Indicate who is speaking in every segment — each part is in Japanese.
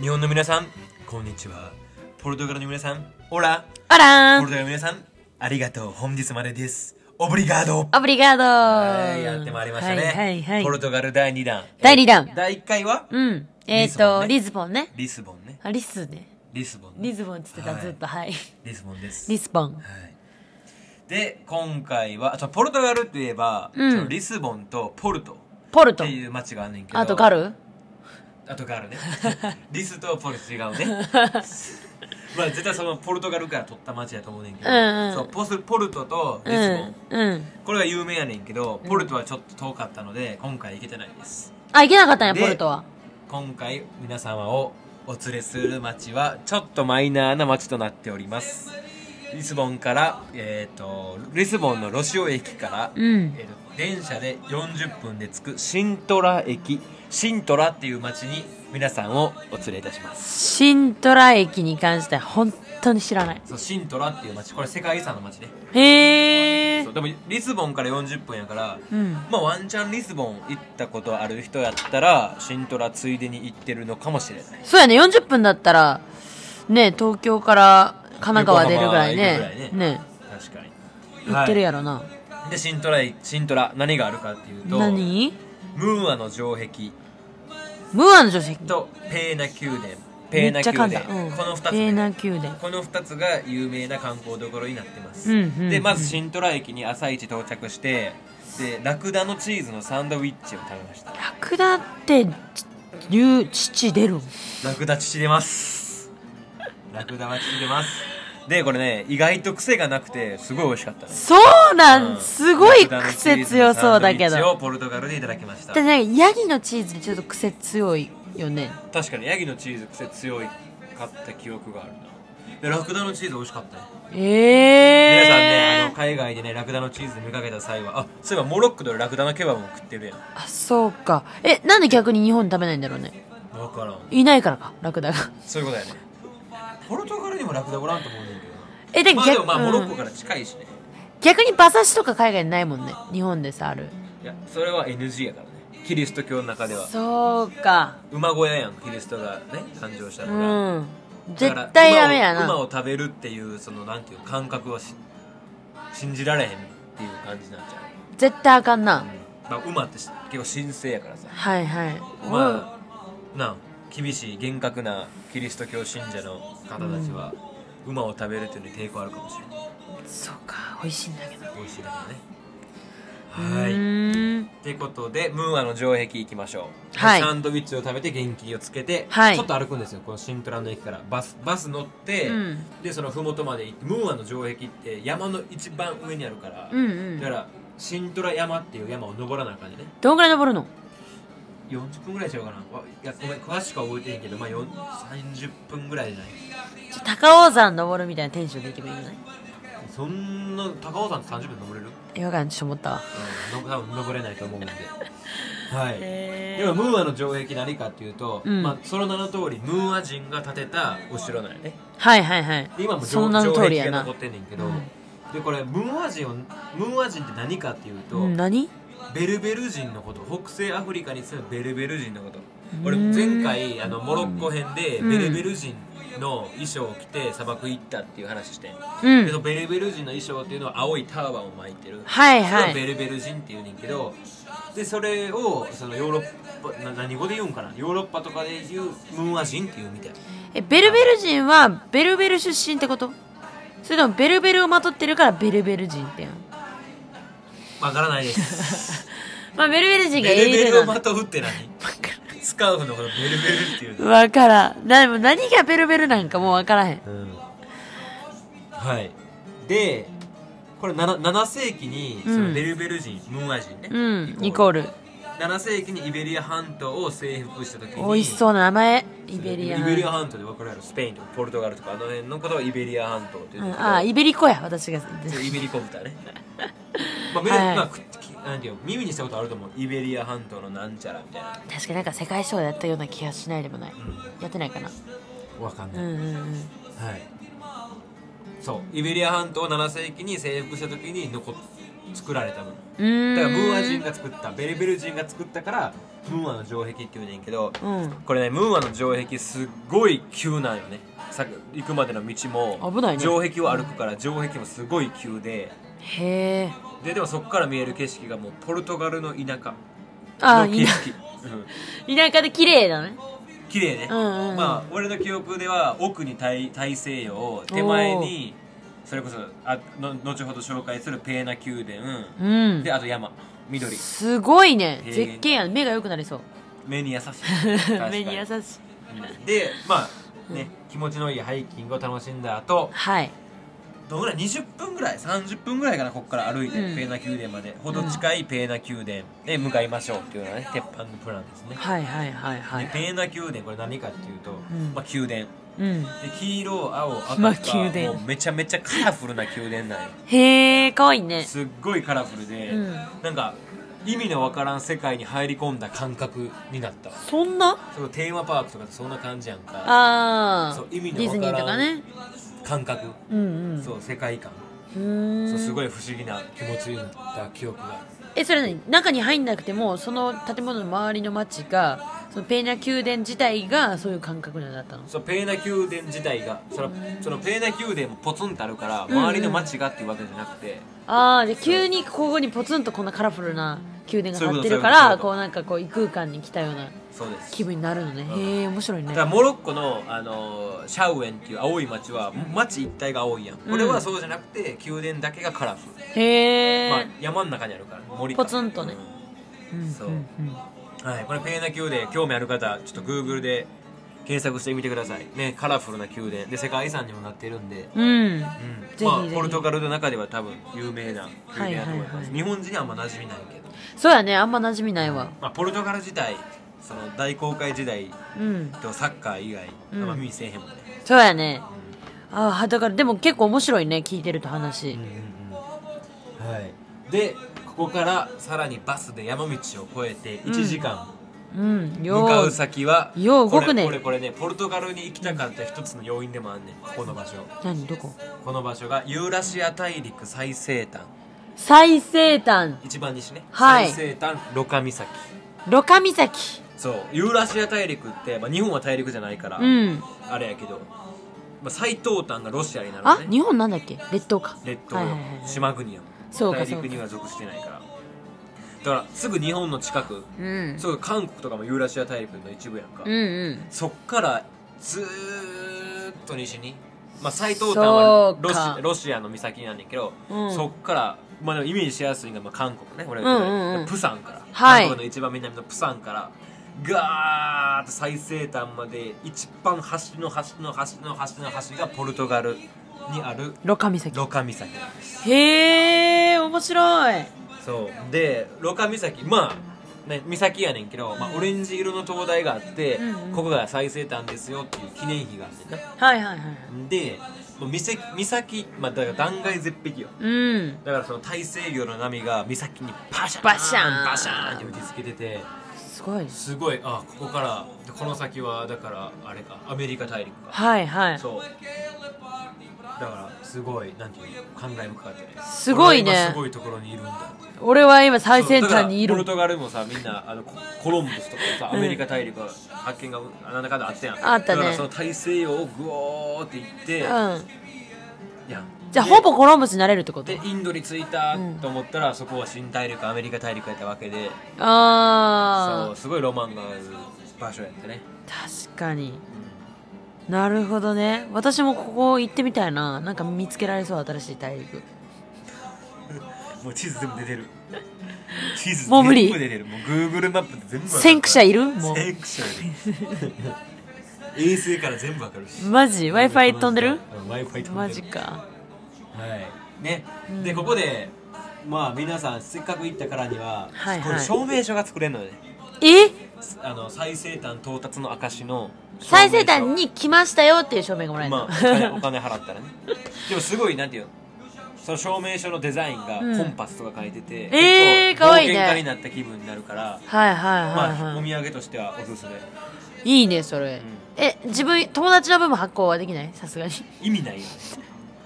Speaker 1: 日本の皆さんこんにちはポルトガルの皆さんオラ
Speaker 2: あら
Speaker 1: ポルト
Speaker 2: ー
Speaker 1: ガルの皆さんありがとう本日までですオブリガード
Speaker 2: オブリガード
Speaker 1: はいやってまいりましたね、
Speaker 2: はいはい
Speaker 1: ポ
Speaker 2: はい
Speaker 1: ル。トガル第2弾
Speaker 2: 第二弾
Speaker 1: えー第1回は
Speaker 2: うん。えっ、と、リズボンね。
Speaker 1: リスボンね
Speaker 2: あ、リスね。
Speaker 1: リスボンね
Speaker 2: リズボンって言って
Speaker 1: は
Speaker 2: た、
Speaker 1: い
Speaker 2: ずっと。はい。
Speaker 1: リスボンです
Speaker 2: リスボン。
Speaker 1: はいで今回はあとポルトガルって言えば、
Speaker 2: うん
Speaker 1: そのリスボンとポルトっ
Speaker 2: ポルト
Speaker 1: て。いう街があんねんけど
Speaker 2: あとガル
Speaker 1: あとガ ルねリスとポルト違うねまあ絶対そのポルトガルから取った街やと思うねんけど、
Speaker 2: うんうん
Speaker 1: そうポスポルトと
Speaker 2: う
Speaker 1: リスボン、
Speaker 2: ん。うん。
Speaker 1: これが有名やねんけどポルトはちょっと遠かったので今回行けてないです
Speaker 2: あ、行けなかったんや、
Speaker 1: で
Speaker 2: ポルトは。
Speaker 1: 今回皆様をお連れする街はちょっとマイナーな街となっておりますリスボンからえっ、とリスボンのロシオ駅から、
Speaker 2: うん。
Speaker 1: えーと電車で40分で着くシントラ駅シントラっていう街に皆さんをお連れいたします
Speaker 2: シントラ駅に関しては本当に知らない。
Speaker 1: そうシントラっていう街これ世界遺産の街ね
Speaker 2: へえ
Speaker 1: そう。でもリスボンから40分やから
Speaker 2: うん。
Speaker 1: まあワンチャンリスボン行ったことある人やったらシントラついでに行ってるのかもしれない
Speaker 2: そうやね、40分だったら、ね、東京から神奈川出るぐらい
Speaker 1: 横浜行く
Speaker 2: ね。
Speaker 1: ぐらい
Speaker 2: ね。
Speaker 1: 確かに
Speaker 2: 行ってるやろな。
Speaker 1: はいでシントラシントラ何があるかっていうと
Speaker 2: 何
Speaker 1: ムーアの城壁
Speaker 2: ムーアの女性。
Speaker 1: とペーナ宮殿ペ
Speaker 2: め
Speaker 1: ーナ
Speaker 2: っちゃ
Speaker 1: 宮
Speaker 2: 簡
Speaker 1: 殿
Speaker 2: 単。うん。
Speaker 1: この2つ
Speaker 2: ペー
Speaker 1: ね
Speaker 2: ナ宮殿。
Speaker 1: この2つが有名な観光どころになってます、
Speaker 2: うんうんうん
Speaker 1: でまずシントラ駅に朝一到着してでラクダのチーズのサンドウィッチを食べました
Speaker 2: ラクダって、乳、乳出るん
Speaker 1: ラクダ乳出ますラクダは乳出ますでこれね意外と癖がなくてすごい美味しかったです
Speaker 2: そうなん、
Speaker 1: うん
Speaker 2: すごい
Speaker 1: ラクダのチ
Speaker 2: 癖
Speaker 1: ーズ
Speaker 2: 強
Speaker 1: の
Speaker 2: そ
Speaker 1: サ
Speaker 2: う
Speaker 1: ンドイ
Speaker 2: だけ
Speaker 1: ッチ
Speaker 2: ど。
Speaker 1: をポルトガルでいただきました
Speaker 2: で、なんか、ヤギのチーズにちょっと癖強いよね。
Speaker 1: 確かにヤギのチーズ癖強いかった記憶があるなでラクダのチーズ美味しかったよ皆さんねあ
Speaker 2: ええ
Speaker 1: の海外でねラクダのチーズ見かけた際はあそういえばモロッコでラクダのケバブも食ってるやん
Speaker 2: あ、そうか。え、なんで逆に日本に食べないんだろうね。
Speaker 1: 分からん
Speaker 2: いないからか、ラクダが。
Speaker 1: そういうことやねポルトガルにもラクダおらんと思うねんだけ
Speaker 2: え、
Speaker 1: ど
Speaker 2: で
Speaker 1: なまあで
Speaker 2: 逆
Speaker 1: もまあモロッコ
Speaker 2: うん
Speaker 1: から近いしね、
Speaker 2: 逆に馬刺しとか海外にないもんね。日本でさ、ある。
Speaker 1: いやそれは NG やからねキリスト教の中では
Speaker 2: そうか。
Speaker 1: 馬小屋やんキリストがね誕生した
Speaker 2: う
Speaker 1: のが、
Speaker 2: ん。
Speaker 1: だ
Speaker 2: 絶
Speaker 1: から
Speaker 2: 対ダメや
Speaker 1: 馬を
Speaker 2: な。
Speaker 1: 馬を食べるっていうそのなんていう感覚をし信じられへんっていう感じになっちゃう
Speaker 2: 絶対あかんな。
Speaker 1: まあ、馬ってし結構神聖やからさ
Speaker 2: はいはい。
Speaker 1: まあなあ厳しい厳格なキリスト教信者の方たちは、馬を食べるっていうのに抵抗あるかもしれない
Speaker 2: そうか、美味しいんだけど。
Speaker 1: 美味しいだけどねは
Speaker 2: う
Speaker 1: い
Speaker 2: ーん。
Speaker 1: ってことでムーアの城壁行きましょう、
Speaker 2: はい
Speaker 1: サンドイッチを食べて元気をつけて、
Speaker 2: はい
Speaker 1: ちょっと歩くんですよこのシントラの駅からバスバス乗って、
Speaker 2: うん
Speaker 1: でその麓まで行ってムーアの城壁って山の一番上にあるから、
Speaker 2: うんう
Speaker 1: だか
Speaker 2: ん。
Speaker 1: らシントラ山っていう山を登らなあかんねね
Speaker 2: どんぐらい登るの
Speaker 1: 40分ぐらいちゃうかなわいやごめん詳しくは覚えてへんけどまあよん30分ぐらいじゃない
Speaker 2: ちょ高尾山登るみたいなテンションでいけばいいんじゃない
Speaker 1: そんな高尾山って30分登れる
Speaker 2: 映画館ちょっと思ったわ
Speaker 1: うんの多分登れないと 思うんではい
Speaker 2: へ
Speaker 1: でもムーアの城壁何かっていうと、
Speaker 2: うん
Speaker 1: まあ、その名の通りムーア人が建てたお城なんやね
Speaker 2: はいはいはい
Speaker 1: で今も
Speaker 2: そ
Speaker 1: 城
Speaker 2: の名の
Speaker 1: 城
Speaker 2: 通
Speaker 1: 壁
Speaker 2: りや
Speaker 1: が
Speaker 2: な
Speaker 1: 残ってんねんけど、
Speaker 2: うん
Speaker 1: でこれムーア人をムーア人って何かっていうと、
Speaker 2: うん何
Speaker 1: ベルベル人のこと北西アフリカに住むベルベル人のこと
Speaker 2: うん
Speaker 1: 俺前回あのモロッコ編で
Speaker 2: うん
Speaker 1: ベルベル人の衣装を着て砂漠行ったっていう話してん、
Speaker 2: う
Speaker 1: でそ
Speaker 2: ん
Speaker 1: のベルベル人の衣装っていうのは青いターバンを巻いてる、
Speaker 2: はい
Speaker 1: それ
Speaker 2: は
Speaker 1: をベ
Speaker 2: い
Speaker 1: ルベル人っていうねんけどでそれをそのヨーロッパな何語で言うんかなヨーロッパとかで言うムーア人っていうみたい
Speaker 2: えベルベル人はベルベル出身ってことそれともベルベルをまとってるからベルベル人ってやん
Speaker 1: わからないです
Speaker 2: まあベルベル人が
Speaker 1: ベル
Speaker 2: 英
Speaker 1: ベ
Speaker 2: 雄
Speaker 1: ルを
Speaker 2: な
Speaker 1: ま
Speaker 2: んだ
Speaker 1: とうって何スカーフのことベルベルっていうの
Speaker 2: わからんでも何がベルベルなんかもうわからへん
Speaker 1: うんはいでこれ 7, 7世紀にそのベルベル人、ムーア人ね、
Speaker 2: うんイコール
Speaker 1: 7世紀にイベリア半島を征服した時に
Speaker 2: 美味しそうな名前イベリア
Speaker 1: イベリア半島で分かるやろスペインとかポルトガルとかあの辺のことをイベリア半島っていう
Speaker 2: うんん
Speaker 1: だけど
Speaker 2: ああイベリコや私が
Speaker 1: そうイベリコ豚 ねまあ、みんな
Speaker 2: はい
Speaker 1: まあくきなんていうの耳にしたことあると思うイベリア半島のなんちゃらみたいな、
Speaker 2: 確かになんか世界賞やったような気がしないでもないやってないかな
Speaker 1: うん、分かん
Speaker 2: うんうんうん
Speaker 1: はいそうイベリア半島を7世紀に征服した時に残っ作られたもの
Speaker 2: うーん
Speaker 1: だからムーア人が作ったベルベル人が作ったからムーアの城壁っていうねんけど、
Speaker 2: うん
Speaker 1: これねムーアの城壁すっごい急なんよねさ行くまでの道も
Speaker 2: 危ないね
Speaker 1: 城壁を歩くから城壁もすごい急で
Speaker 2: へえ
Speaker 1: ででもそこから見える景色がもうポルトガルの田舎
Speaker 2: ああ
Speaker 1: の景
Speaker 2: 田
Speaker 1: 色、うん、
Speaker 2: 田舎で綺麗だね
Speaker 1: 綺麗ね、
Speaker 2: うんうん
Speaker 1: まあ俺の記憶では奥に大大西洋手前にそれこそあの後ほど紹介するペーナ宮殿、
Speaker 2: うん
Speaker 1: であと山緑
Speaker 2: すごいね
Speaker 1: へえ
Speaker 2: 絶景やね目が良くなりそう
Speaker 1: 目に優しい
Speaker 2: 目に優し
Speaker 1: い、
Speaker 2: い
Speaker 1: うんでまあね、気持ちのいいハイキングを楽しんだ後
Speaker 2: はい
Speaker 1: どのぐらい20分ぐらい30分ぐらいかなここから歩いて、
Speaker 2: うん
Speaker 1: ペーナ宮殿までほど近いペーナ宮殿へ向かいましょうっていうのがね鉄板のプランですね、
Speaker 2: はいはいはいは
Speaker 1: でペ
Speaker 2: い
Speaker 1: ーナ宮殿これ何かっていうと、
Speaker 2: ん
Speaker 1: まあ、宮殿
Speaker 2: うん
Speaker 1: で黄色青赤
Speaker 2: まあ
Speaker 1: が
Speaker 2: 宮殿
Speaker 1: もうめちゃめちゃカラフルな宮殿なんよ
Speaker 2: へえかわいいね
Speaker 1: すっごいカラフルで、
Speaker 2: うん
Speaker 1: なんか意味のわからん世界に入り込んだ感覚になったわ
Speaker 2: そんな
Speaker 1: そのテーマパークとかってそんな感じやんか
Speaker 2: あ
Speaker 1: そう
Speaker 2: あデ
Speaker 1: 意味の
Speaker 2: ィズニーとかね
Speaker 1: 感覚、
Speaker 2: うんうん
Speaker 1: そう世界観、
Speaker 2: うーん
Speaker 1: そうすごい不思議な気持ちになった記憶が
Speaker 2: えそれ何中に入んなくてもその建物の周りの街がそのペーニャ宮殿自体がそういう感覚になったの
Speaker 1: そうペーナ宮殿自体がそのそのペーナ宮殿もポツンとあるから周りの街がっていうわけじゃなくて、
Speaker 2: ああで急にここにポツンとこんなカラフルな宮殿が立ってる
Speaker 1: そ
Speaker 2: か
Speaker 1: ういう
Speaker 2: ら
Speaker 1: こと
Speaker 2: こうなんかこう異空間に来たような
Speaker 1: そうです
Speaker 2: 気分になるのね
Speaker 1: ん
Speaker 2: へえ面白いね
Speaker 1: だからモロッコの、あのーシャウエンっていう青い町は町一帯が青いやんこれはそうじゃなくて宮殿だけがカラフル、
Speaker 2: へえ、
Speaker 1: まあ、山の中にあるから森から
Speaker 2: ポツンとね
Speaker 1: うん
Speaker 2: うん
Speaker 1: そう、
Speaker 2: うんうん
Speaker 1: はい、これペーナ宮殿興味ある方ちょっと Google で検索してみてくださいねカラフルな宮殿で世界遺産にもなってるんで、
Speaker 2: うん
Speaker 1: うん
Speaker 2: ぜひ
Speaker 1: まあ
Speaker 2: ぜひ
Speaker 1: ポルトガルの中では多分有名な宮殿だと思います、
Speaker 2: はいはいはい
Speaker 1: 日本人にはあんま馴染みないけど、
Speaker 2: そうやねあんま馴染みないわ
Speaker 1: まあ、ポルトガル自体その大航海時代
Speaker 2: うん
Speaker 1: とサッカー以外、
Speaker 2: うん
Speaker 1: あんま見せえへんもんね、
Speaker 2: そうやねああだからでも結構面白いね聞いてると話
Speaker 1: はい、でここからさらにバスで山道を越えて1時間
Speaker 2: うん
Speaker 1: 向
Speaker 2: よ
Speaker 1: かう
Speaker 2: う
Speaker 1: 先は、
Speaker 2: よう
Speaker 1: こ
Speaker 2: 動
Speaker 1: れ
Speaker 2: くね
Speaker 1: これこれねポルトガルに行きたかった一つの要因でもあんねんここの場所
Speaker 2: 何どこ
Speaker 1: この場所がユーラシア大陸最西端
Speaker 2: 最西端
Speaker 1: 一番西ね、
Speaker 2: はい
Speaker 1: 最西端ロカ岬
Speaker 2: ロカ岬
Speaker 1: そうユーラシア大陸って、まあ、日本は大陸じゃないから、
Speaker 2: うん
Speaker 1: あれやけど、まあ、最東端がロシアになる
Speaker 2: あ
Speaker 1: のね
Speaker 2: 日本なんだっけ列島か
Speaker 1: 列島、
Speaker 2: はいはいはいはい
Speaker 1: 島国やもん
Speaker 2: そうか
Speaker 1: 大
Speaker 2: そう
Speaker 1: 陸
Speaker 2: か
Speaker 1: には属してないからだからすぐ日本の近く
Speaker 2: うん
Speaker 1: そう韓国とかもユーラシア大陸の一部やんか、
Speaker 2: うんうん
Speaker 1: そっからずーっと西に、まあ、最東端
Speaker 2: そ
Speaker 1: は
Speaker 2: う
Speaker 1: ロシ
Speaker 2: か
Speaker 1: ロシアの岬なんだけど、
Speaker 2: うん
Speaker 1: そっから、まあ、でもイメージしやすいのがまあ韓国ね俺が言ってた
Speaker 2: うんうんうん
Speaker 1: プサンから、
Speaker 2: はい
Speaker 1: 韓国の一番南のプサンからガーッと最西端まで一番端の端の端の端の端がポルトガルにある
Speaker 2: ロカ岬
Speaker 1: ロカ岬なんです
Speaker 2: へえ面白い
Speaker 1: そうでロカ岬まあ、ね、岬やねんけど、まあ、オレンジ色の灯台があって、
Speaker 2: うんうん
Speaker 1: ここが最西端ですよっていう記念碑があってね
Speaker 2: はいはいはい
Speaker 1: でもう岬岬、まあ、だから断崖絶壁よ
Speaker 2: うん
Speaker 1: だからその大西洋の波が岬にパシャーン
Speaker 2: バシャーン
Speaker 1: バシャーンって打ちつけてて
Speaker 2: すごい
Speaker 1: すごいあここからでこの先はだからあれかアメリカ大陸か
Speaker 2: はいはい
Speaker 1: そうだからすごいなんていうの感慨深かったです
Speaker 2: すごいね
Speaker 1: すごいところにいるんだって
Speaker 2: 俺は今最先
Speaker 1: だから
Speaker 2: 端にい
Speaker 1: ポル
Speaker 2: る
Speaker 1: トガルもさみんなあのココロンブスとかさアメリカ大陸は発見がなんだかんだあったやん
Speaker 2: あったね
Speaker 1: だからその大西洋をグオーって行って、
Speaker 2: う
Speaker 1: や
Speaker 2: ん
Speaker 1: ん
Speaker 2: じゃあ
Speaker 1: で
Speaker 2: ほぼコロンブスになれるってこと
Speaker 1: でインドに着いたと思ったら、そこは新大陸アメリカ大陸やったわけでそ
Speaker 2: あ
Speaker 1: うすごいロマンがある場所やったね、
Speaker 2: ー確かになるほどね私もここ行ってみたいななんか見つけられそう新しい大陸
Speaker 1: もう地図全部出 てる地図
Speaker 2: もう無理
Speaker 1: 全部出てるもう Google マップで全部
Speaker 2: 先駆者い
Speaker 1: る
Speaker 2: るもう
Speaker 1: 先駆者いる衛星から全部わかるし
Speaker 2: マジ w i f i 飛んでる
Speaker 1: w i f i 飛んでる
Speaker 2: マジか
Speaker 1: はいね、でここでまあ皆さんせっかく行ったからには、
Speaker 2: はいはい
Speaker 1: これ証明書が作れるので、
Speaker 2: え
Speaker 1: あの最西端到達の証の証明
Speaker 2: 最
Speaker 1: 書
Speaker 2: 西端に来ましたよっていう証明がもらえるの、
Speaker 1: まあお 金お金払ったらねでもすごいなんていうのその証明書のデザインが
Speaker 2: うん
Speaker 1: コンパスとか書いてて、
Speaker 2: えー
Speaker 1: 結構
Speaker 2: かわいいね
Speaker 1: 冒険家になった気分になるから、
Speaker 2: はいはいはい、はい
Speaker 1: まあお土産としてはおすすめ
Speaker 2: いいねそれ、え自分友達の分も発行はできないさすがに
Speaker 1: 意味ないよね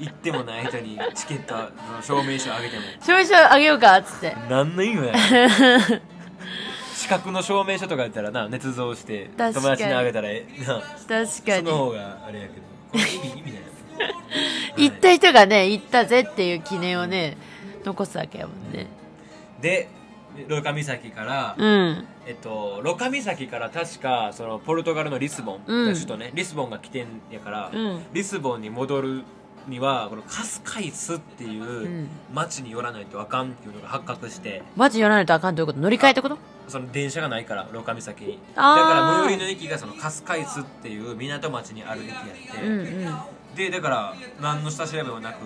Speaker 1: 行ってもない人にチケットの証明書あげても
Speaker 2: 証書あげようかっつって
Speaker 1: 何の意味もない 資格の証明書とかやったらな捏造して友
Speaker 2: 確かに
Speaker 1: 達にあげたらええな
Speaker 2: 確か
Speaker 1: その
Speaker 2: に
Speaker 1: 方があれやけどこれ意味意味ないやつ
Speaker 2: 行っ
Speaker 1: は
Speaker 2: た人がね行ったぜっていう記念をね残すわけやもんね
Speaker 1: いでロカ岬から、
Speaker 2: うん
Speaker 1: えっと、ロカ岬から確かそのポルトガルのリスボン、
Speaker 2: うん
Speaker 1: 首都ねリスボンが起点やから、
Speaker 2: うん
Speaker 1: リスボンに戻るにはこのカスカイスっていうん町に寄らないとあかんっていうのが発覚して
Speaker 2: マジ寄らないとあかんということ乗り換えってこと
Speaker 1: その電車がないからロカ岬にだ
Speaker 2: あー
Speaker 1: から最寄りの駅がそのカスカイスっていう港町にある駅やって、
Speaker 2: うんうん
Speaker 1: でだから何の下調べもなく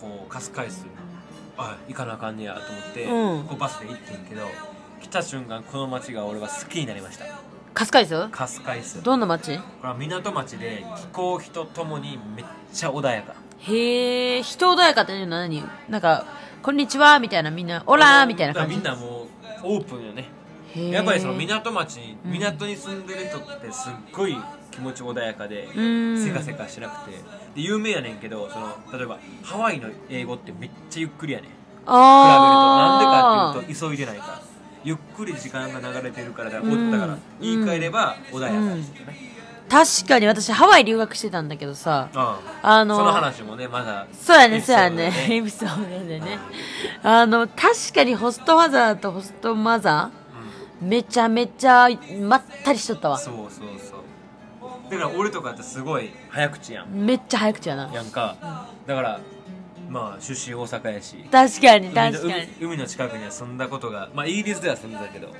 Speaker 1: こうカスカイスあ行かなあかんねやと思って、
Speaker 2: うん
Speaker 1: こうバスで行ってんけど来た瞬間この町が俺は好きになりました
Speaker 2: カスカイス
Speaker 1: カスカイス
Speaker 2: どんな街
Speaker 1: これは港町で気候日とともにめっちゃ穏やか
Speaker 2: へえ人穏やかっていうのは何なんか「こんにちは」みたいなみんな「オラー」みたいな
Speaker 1: だから
Speaker 2: 感
Speaker 1: み
Speaker 2: じ
Speaker 1: んなもうオープンよね
Speaker 2: へー
Speaker 1: やっぱりその港町に
Speaker 2: うん
Speaker 1: 港に住んでる人ってすっごい気持ち穏やかで
Speaker 2: うん
Speaker 1: せかせかしなくてで有名やねんけどその例えばハワイの英語ってめっちゃゆっくりやねん比べるとなんでかって
Speaker 2: あー
Speaker 1: いうと急いでないからゆっくり時間が流れてるからだ,、
Speaker 2: うん
Speaker 1: だから言い換えれば穏やかですよね、
Speaker 2: 確かに私ハワイ留学してたんだけどさ
Speaker 1: あ
Speaker 2: あ
Speaker 1: の
Speaker 2: の
Speaker 1: その話もねまだ
Speaker 2: そうやね
Speaker 1: エピ
Speaker 2: そ
Speaker 1: ソ
Speaker 2: う
Speaker 1: ー
Speaker 2: や
Speaker 1: ド
Speaker 2: ね
Speaker 1: で
Speaker 2: エピソードでね あの確かにホストファザーとホストマザ
Speaker 1: うん
Speaker 2: ーめちゃめちゃまったりしとったわ
Speaker 1: そうそうそうだから俺とかってすごい早口やん
Speaker 2: めっちゃ早口やな
Speaker 1: やんかだからまあ出身大阪やし
Speaker 2: 確かに
Speaker 1: 海の
Speaker 2: 確かに
Speaker 1: 海海の近くには住んだことがまあイギリスでは住んだけど、
Speaker 2: うんう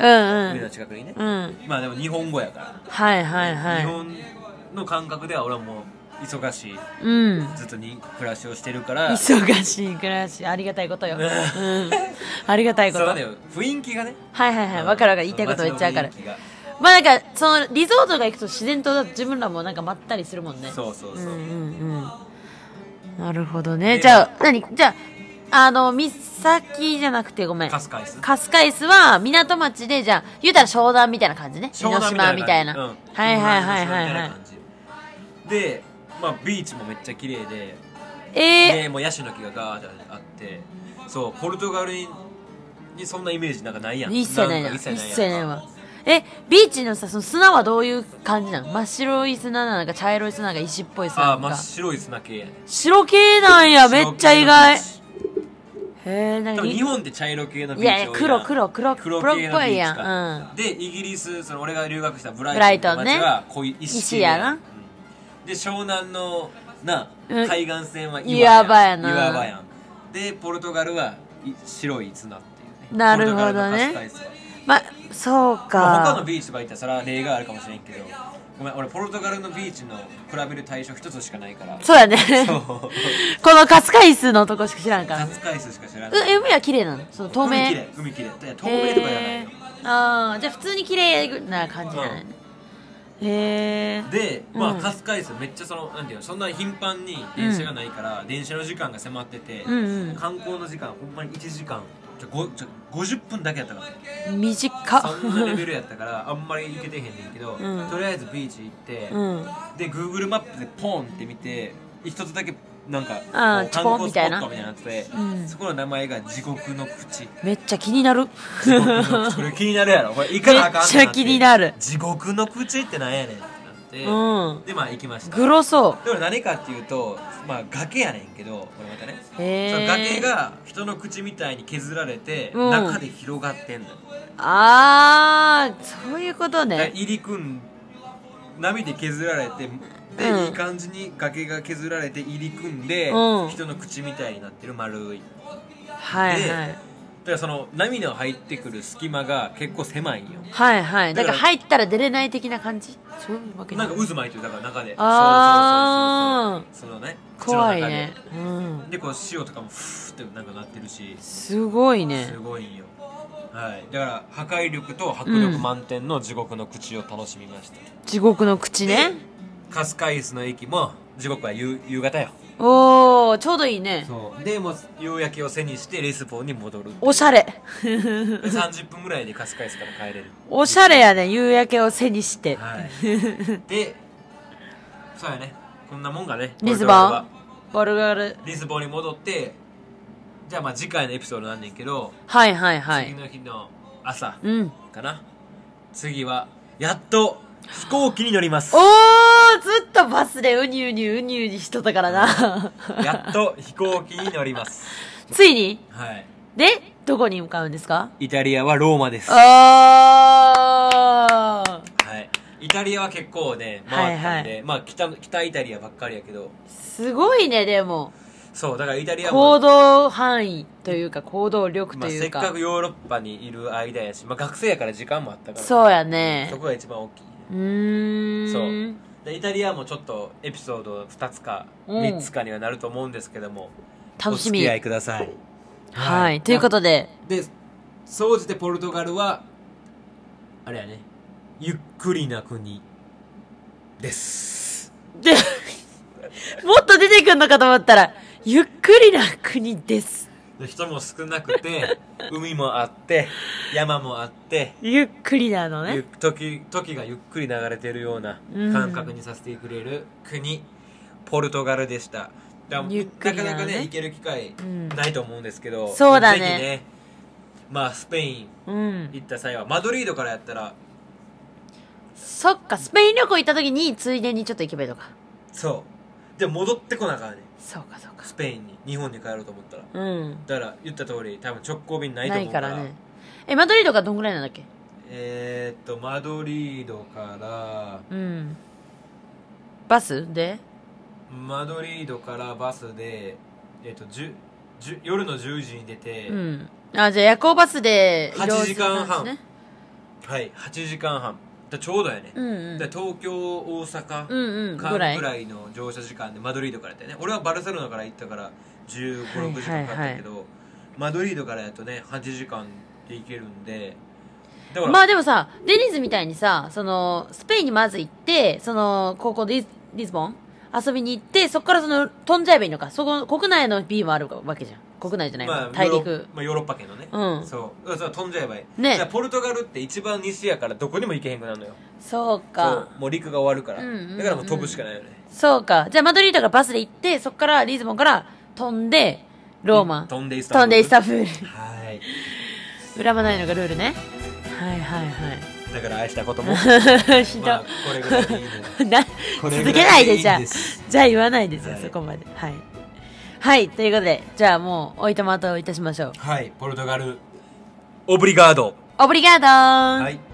Speaker 1: 海の
Speaker 2: ん
Speaker 1: 近くにね、
Speaker 2: うん
Speaker 1: まあでも日本語やか
Speaker 2: はいはい
Speaker 1: ら、
Speaker 2: は
Speaker 1: 日
Speaker 2: い
Speaker 1: 本の感覚では俺はもう忙しい
Speaker 2: うん
Speaker 1: ずっとに暮らしをしてるからそ
Speaker 2: 忙しい暮らしありがたいことよ、うん、ありがたいこと
Speaker 1: う
Speaker 2: は
Speaker 1: だ
Speaker 2: い
Speaker 1: よ雰囲気がね
Speaker 2: はいはいわかるわかる言いたいことめっちゃわかる
Speaker 1: 街の雰囲気が
Speaker 2: まあなんかそのリゾートが行くと自然とだと自分らもなんかまったりするもんね
Speaker 1: そうそうそう、
Speaker 2: んうんうんなるほどね
Speaker 1: で
Speaker 2: じゃあ何じゃああの岬じゃなくてごめん
Speaker 1: カスカイス
Speaker 2: カスカイスは港町でじゃあ言うたら商談みたいな感じね
Speaker 1: 湘南
Speaker 2: 江ノ島みたいな、
Speaker 1: 感じ
Speaker 2: はいはいはいはい
Speaker 1: うん
Speaker 2: は
Speaker 1: 湘南江ノ島みたない感じでまあビーチもめっちゃ綺麗で
Speaker 2: えー、
Speaker 1: でもうヤシの木がガーッてあってそうポルトガルにそんなイメージなんかないやん
Speaker 2: 一切ない
Speaker 1: ん
Speaker 2: な
Speaker 1: か
Speaker 2: 一
Speaker 1: やん
Speaker 2: 切ないわえビーチのさその砂はどういう感じなの真っ白い砂なのか茶色い砂なのか石っぽい砂
Speaker 1: あ
Speaker 2: な
Speaker 1: あ
Speaker 2: の
Speaker 1: 真
Speaker 2: か
Speaker 1: っ白い砂系やね
Speaker 2: 白系なんやめっちゃ意外へ
Speaker 1: 白系のビーチ多
Speaker 2: え
Speaker 1: 分
Speaker 2: 何
Speaker 1: 日本って茶色系のビーチ
Speaker 2: いやいや
Speaker 1: 多
Speaker 2: 黒
Speaker 1: な
Speaker 2: 黒黒
Speaker 1: 黒
Speaker 2: 黒
Speaker 1: 系
Speaker 2: っ
Speaker 1: の
Speaker 2: ぽ
Speaker 1: ビ
Speaker 2: い
Speaker 1: ー
Speaker 2: や
Speaker 1: チ
Speaker 2: ん
Speaker 1: か
Speaker 2: うん
Speaker 1: でイギリスその俺が留学したブ
Speaker 2: ブラ
Speaker 1: ライ
Speaker 2: イ
Speaker 1: ト
Speaker 2: ト
Speaker 1: ンの
Speaker 2: ン
Speaker 1: 街
Speaker 2: ね
Speaker 1: は濃い石系
Speaker 2: 石やな
Speaker 1: うんで湘南のな
Speaker 2: うん
Speaker 1: 海岸線は
Speaker 2: 岩場やな
Speaker 1: 岩場やんでポルトガルはい白い砂っていうね
Speaker 2: なるほど
Speaker 1: ポル
Speaker 2: ね
Speaker 1: トガルのカスカイスは
Speaker 2: まそ
Speaker 1: ま
Speaker 2: う
Speaker 1: あ、他
Speaker 2: か
Speaker 1: のビーチとか行ったらそれは例があるかもしれんけどごめん俺ポルトガルのビーチの比べる対象一つしかないから
Speaker 2: そうやね
Speaker 1: そう
Speaker 2: このカスカイスのとこしか知らん から
Speaker 1: カ
Speaker 2: ね
Speaker 1: スカイスしか知ら
Speaker 2: う
Speaker 1: ない
Speaker 2: 海は綺麗なのその透明
Speaker 1: 海きれい海きれいいや透明とかじゃない
Speaker 2: へ
Speaker 1: よ
Speaker 2: ーあーじゃあ普通に綺麗な感じじゃないねへえ
Speaker 1: でまあ、
Speaker 2: うん
Speaker 1: カスカイスめっちゃそのなんていうのそんな頻繁に電車がないから、電車の時間が迫ってて、
Speaker 2: うんうん
Speaker 1: 観光の時間ほんまに1時間ちょごちょ50分だけやったから
Speaker 2: 短っ
Speaker 1: そんなレベルやったからあんまり行けてへんねんけど、
Speaker 2: うん
Speaker 1: とりあえずビーチ行って、
Speaker 2: うん
Speaker 1: で Google マップでポンって見て一つだけなんかこう
Speaker 2: あ
Speaker 1: 観
Speaker 2: ー
Speaker 1: 光ス
Speaker 2: チ
Speaker 1: ポ
Speaker 2: ポ
Speaker 1: ット
Speaker 2: ン
Speaker 1: みたい
Speaker 2: みたい
Speaker 1: な
Speaker 2: な
Speaker 1: のって、
Speaker 2: うん
Speaker 1: そこの名前が地獄の口
Speaker 2: めっちゃ気にな る
Speaker 1: 地獄の口これ気になるやろこれ行かなあかんってな
Speaker 2: めっちゃ
Speaker 1: って
Speaker 2: 気になる
Speaker 1: 地獄の口ってなんやねんって
Speaker 2: う
Speaker 1: なって、
Speaker 2: ん
Speaker 1: でまあ行きました
Speaker 2: グロそ
Speaker 1: でも何かっていうとまあ崖やねんけどこれまたね
Speaker 2: う
Speaker 1: その
Speaker 2: へ
Speaker 1: 崖
Speaker 2: え
Speaker 1: が人の口みたいに削られて、
Speaker 2: うん
Speaker 1: 中で広がってんのよ
Speaker 2: あーそういうこ
Speaker 1: だか
Speaker 2: と
Speaker 1: ら
Speaker 2: ね
Speaker 1: 入り組ん波で削られてで、
Speaker 2: うん
Speaker 1: いい感じに崖が削られて入り組んで、
Speaker 2: うん
Speaker 1: 人の口みたいになってる丸いだか
Speaker 2: はい
Speaker 1: で
Speaker 2: はい
Speaker 1: らその波の入ってくる隙間が結構狭いんよ
Speaker 2: はいはいだから
Speaker 1: だか
Speaker 2: 入ったら出れない的な感じそういうわけじ
Speaker 1: な
Speaker 2: ゃ
Speaker 1: んか渦巻いてるだから中で
Speaker 2: あー
Speaker 1: そうそうそうそうそのね口の中
Speaker 2: 怖
Speaker 1: で
Speaker 2: いねうん
Speaker 1: でこう塩とかもフーってなんかなってるし
Speaker 2: すごいね
Speaker 1: すごいんよはい、だから破壊力と迫力満点の地獄の口を楽しみました、
Speaker 2: 地獄の口ね
Speaker 1: カスカイスの駅も地獄は夕夕方よ
Speaker 2: おおちょうどいいね
Speaker 1: そうでもう夕焼けを背にしてリスボンに戻 る
Speaker 2: おしゃれ
Speaker 1: 30分ぐらいでカスカイスから帰れる
Speaker 2: おしゃれやね夕焼けを背にして
Speaker 1: はいでそうやねこんなもんがね
Speaker 2: リスボン
Speaker 1: ポルトガルは
Speaker 2: バルガル
Speaker 1: リスボンに戻ってじゃあまあ次回のエピソードなんねんけど、
Speaker 2: はいはいはい
Speaker 1: 次の日の朝
Speaker 2: うん
Speaker 1: かな次はやっと飛行機に乗ります
Speaker 2: おーずっとバスでウニウニウニウニしとったか らな
Speaker 1: やっと飛行機に乗ります
Speaker 2: ついに
Speaker 1: はい
Speaker 2: でどこに向かうんですか
Speaker 1: イタリアはローマですは
Speaker 2: あー
Speaker 1: いイタリアは結構ね回ったんで、
Speaker 2: は
Speaker 1: まあ北の北イタリアばっかりやけど
Speaker 2: すごいねでも
Speaker 1: そうだからイタリアも
Speaker 2: 行動範囲というか行動力
Speaker 1: ま
Speaker 2: と
Speaker 1: あ、
Speaker 2: い
Speaker 1: せ
Speaker 2: う
Speaker 1: っ
Speaker 2: か、
Speaker 1: かくヨーロッパにいる間やし、まあ、学生やから時間もあったから
Speaker 2: そうやね
Speaker 1: そこが一番大きいね
Speaker 2: うーん
Speaker 1: そうでイタリアもちょっとエピソード2つか
Speaker 2: うん
Speaker 1: 3つかにはなると思うんですけども、
Speaker 2: 楽しみ
Speaker 1: お付き合いください
Speaker 2: はい、ということで
Speaker 1: で総じてポルトガルはあれやねゆっくりな国です
Speaker 2: で もっと出てくんのかと思ったらゆっくりな国です
Speaker 1: で人も少なく て海もあって山もあって
Speaker 2: ゆっくりなの
Speaker 1: ゆ
Speaker 2: ね
Speaker 1: 時時がゆっくり流れてるような
Speaker 2: うん
Speaker 1: 感覚にさせてくれる国、ポルトガルでしただ
Speaker 2: ゆっくりな
Speaker 1: な
Speaker 2: の
Speaker 1: かな
Speaker 2: ね
Speaker 1: かね行ける機会
Speaker 2: うん
Speaker 1: ないと思うんですけど、
Speaker 2: そうだね
Speaker 1: ぜひねまあスペイン
Speaker 2: うん
Speaker 1: 行った際はマドリードからやったら
Speaker 2: そっかスペイン旅行行った時についでにちょっと行けばいいのか
Speaker 1: そうで戻ってこなあかんね
Speaker 2: そうかそうか
Speaker 1: スペインに日本に帰ろうと思ったら
Speaker 2: うん
Speaker 1: だから言った通り多分直行便な
Speaker 2: ない
Speaker 1: と思
Speaker 2: いうか
Speaker 1: から
Speaker 2: らねえマドリードがどんぐらいなんだっけ
Speaker 1: えー、っとマドリードから
Speaker 2: うんバスで
Speaker 1: マドリードからバスで、えっと、10 10夜の10時に出て、
Speaker 2: うんあじゃあ夜行バスで移動する感じね
Speaker 1: はい8時間半だちょうどやね、
Speaker 2: うんうん
Speaker 1: だ東京大阪間
Speaker 2: うんうん
Speaker 1: ぐ
Speaker 2: ぐらい
Speaker 1: らいの乗車時間でマドリードからやったよね俺はバルセロナから行ったから1 5六6時間かかったけど、マドリードからやとね8時間で行けるんでだから、
Speaker 2: まあでもさデニーズみたいにさそのスペインにまず行ってその高校リリスボン遊びに行ってそこからその飛んじゃえばいいのかそこ国内の便もあるわけじゃん国内じゃない、
Speaker 1: まあ
Speaker 2: 大
Speaker 1: ヨーロ
Speaker 2: 陸
Speaker 1: ッまあ、ヨーロッパ圏のね、
Speaker 2: うん
Speaker 1: そうだからそう飛んじゃえばいい、
Speaker 2: ね
Speaker 1: じゃあポルトガルって一番西やからどこにも行けへんくなるのよ
Speaker 2: そう
Speaker 1: そ
Speaker 2: か
Speaker 1: うもう陸が終わるから、
Speaker 2: うんうんうん
Speaker 1: だからもう飛ぶしかないよね
Speaker 2: そうかじゃあマドリードからバスで行ってそこからリスボンから飛んでローマ、
Speaker 1: 飛んでイスタンブー
Speaker 2: 飛
Speaker 1: ル
Speaker 2: んでイスタンブール
Speaker 1: はい
Speaker 2: 恨まないのがルールねはいはい
Speaker 1: だから愛したこと も
Speaker 2: はいひどい、
Speaker 1: まあこれぐらいでいいので
Speaker 2: な
Speaker 1: こ
Speaker 2: 続
Speaker 1: れぐらい
Speaker 2: けないでじゃあ
Speaker 1: いいんです
Speaker 2: じゃあ言わないですよ、
Speaker 1: はい
Speaker 2: そこまではいはいということでじゃあもうおいとまといたしましょう
Speaker 1: はい、ポルトガル、オブリガード。
Speaker 2: オブリガードー
Speaker 1: はい。